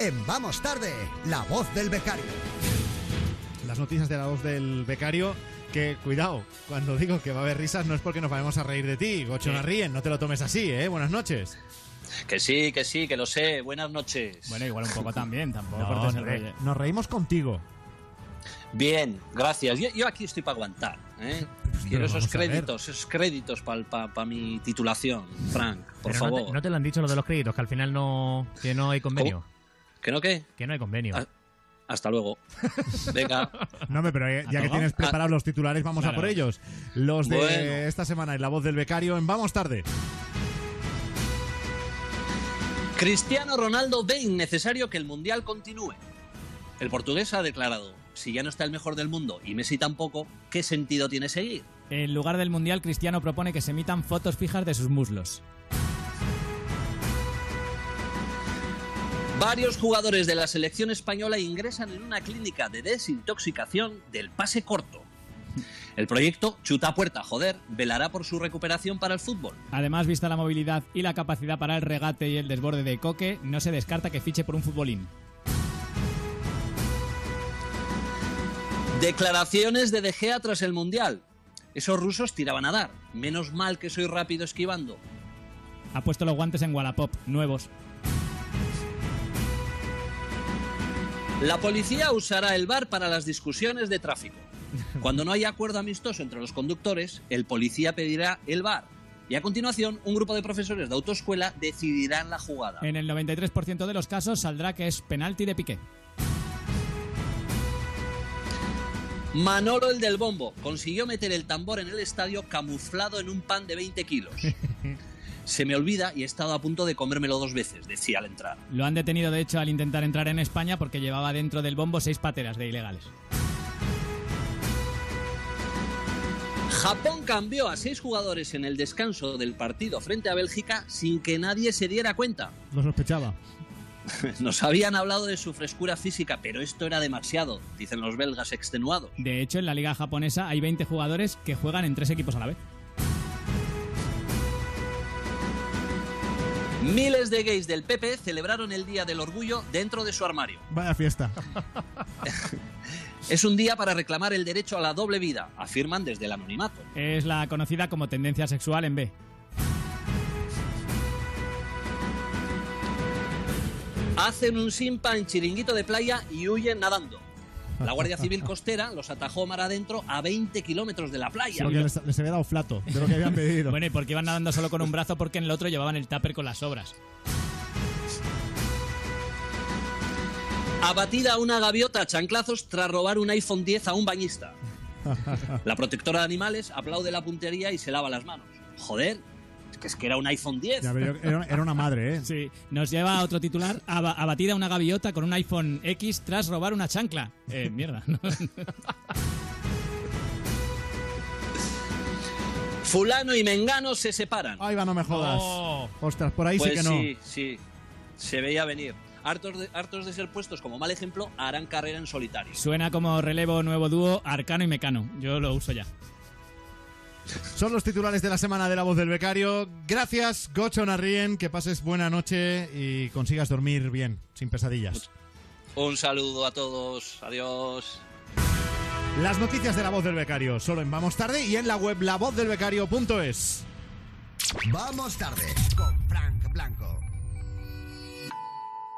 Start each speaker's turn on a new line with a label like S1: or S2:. S1: En Vamos Tarde, la voz del becario.
S2: Las noticias de la voz del becario. Que cuidado, cuando digo que va a haber risas no es porque nos vayamos a reír de ti, Gocho, no ríen, no te lo tomes así, ¿eh? Buenas noches.
S3: Que sí, que sí, que lo sé. Buenas noches.
S4: Bueno, igual un poco también, tampoco.
S2: No,
S4: cortes
S2: nos,
S4: el
S2: re-
S4: rollo.
S2: nos reímos contigo.
S3: Bien, gracias. Yo, yo aquí estoy para aguantar. ¿eh? Quiero esos
S2: vamos a ver.
S3: créditos, esos créditos para mi titulación, Frank, por
S5: Pero no
S3: favor.
S5: te, no te lo han dicho lo de los créditos, que al final no, que no hay convenio.
S3: ¿Que no qué?
S5: Que no hay convenio.
S3: Ah, Hasta luego. Venga.
S2: No, hombre, pero eh, ya que
S4: colgado?
S2: tienes preparados los titulares, vamos a
S4: Claro.
S2: por ellos. Los de
S3: Bueno.
S2: esta semana en La Voz del Becario en Vamos Tarde.
S3: Cristiano Ronaldo ve innecesario que el Mundial continúe. El portugués ha declarado, si ya no está el mejor del mundo y Messi tampoco, ¿qué sentido tiene seguir?
S4: En lugar del mundial, Cristiano propone que se emitan fotos fijas de sus muslos.
S3: Varios jugadores de la selección española ingresan en una clínica de desintoxicación del pase corto. El proyecto Chuta a Puerta, joder, velará por su recuperación para el fútbol.
S4: Además, vista la movilidad y la capacidad para el regate y el desborde de Coque, no se descarta que fiche por un futbolín.
S3: Declaraciones de De Gea tras el Mundial. Esos rusos tiraban a dar. Menos mal que soy rápido esquivando.
S4: Ha puesto los guantes en Wallapop, nuevos.
S3: La policía usará el bar para las discusiones de tráfico. Cuando no haya acuerdo amistoso entre los conductores, el policía pedirá el bar. Y a continuación, un grupo de profesores de autoescuela decidirán la jugada.
S4: En el 93% de los casos saldrá que es penalti de Piqué.
S3: Manolo el del bombo consiguió meter el tambor en el estadio camuflado en un pan de 20 kilos. Se me olvida y he estado a punto de comérmelo dos veces, decía al entrar.
S4: Lo han detenido, de hecho, al intentar entrar en España porque llevaba dentro del bombo seis pateras de ilegales.
S3: Japón cambió a seis jugadores en el descanso del partido frente a Bélgica sin que nadie se diera cuenta.
S2: Lo sospechaba.
S3: Nos habían hablado de su frescura física, pero esto era demasiado, dicen los belgas extenuados.
S4: De hecho, en la liga japonesa hay 20 jugadores que juegan en tres equipos a la vez.
S3: Miles de gays del PP celebraron el Día del Orgullo dentro de su armario.
S2: Vaya fiesta.
S3: Es un día para reclamar el derecho a la doble vida, afirman desde el anonimato.
S4: Es la conocida como tendencia sexual en B.
S3: Hacen un simpa en chiringuito de playa y huyen nadando. La Guardia Civil Costera los atajó mar adentro a 20 kilómetros de la playa.
S2: Porque les, les había dado flato de lo que habían pedido.
S4: Bueno, y porque iban nadando solo con un brazo porque en el otro llevaban el tupper con las obras.
S3: Abatida una gaviota a chanclazos tras robar un iPhone 10 a un bañista. La protectora de animales aplaude la puntería y se lava las manos. Joder, es que, es que era un iPhone 10.
S2: Ya, pero yo- era, era una madre, ¿eh?
S4: Sí, nos lleva a otro titular. Aba- Abatida una gaviota con un iPhone X tras robar una chancla. Eh, mierda. ¿no?
S3: Fulano y Mengano se separan.
S2: Ay, va, no me jodas.
S4: Oh.
S2: Ostras, por ahí Ah, sí que
S3: Pues
S2: no.
S3: sí, sí, se veía venir. Hartos de, hartos de ser puestos como mal ejemplo, harán carrera en solitario.
S4: Suena como relevo nuevo dúo Arcano y Mecano. Yo lo uso ya.
S2: Son los titulares de la semana de La Voz del Becario. Gracias, Gocho Narrien. Que pases buena noche y consigas dormir bien, sin pesadillas.
S3: Un saludo a todos, adiós.
S2: Las noticias de La Voz del Becario, solo en Vamos Tarde y en la web lavozdelbecario.es.
S1: Vamos Tarde, con Frank Blanco.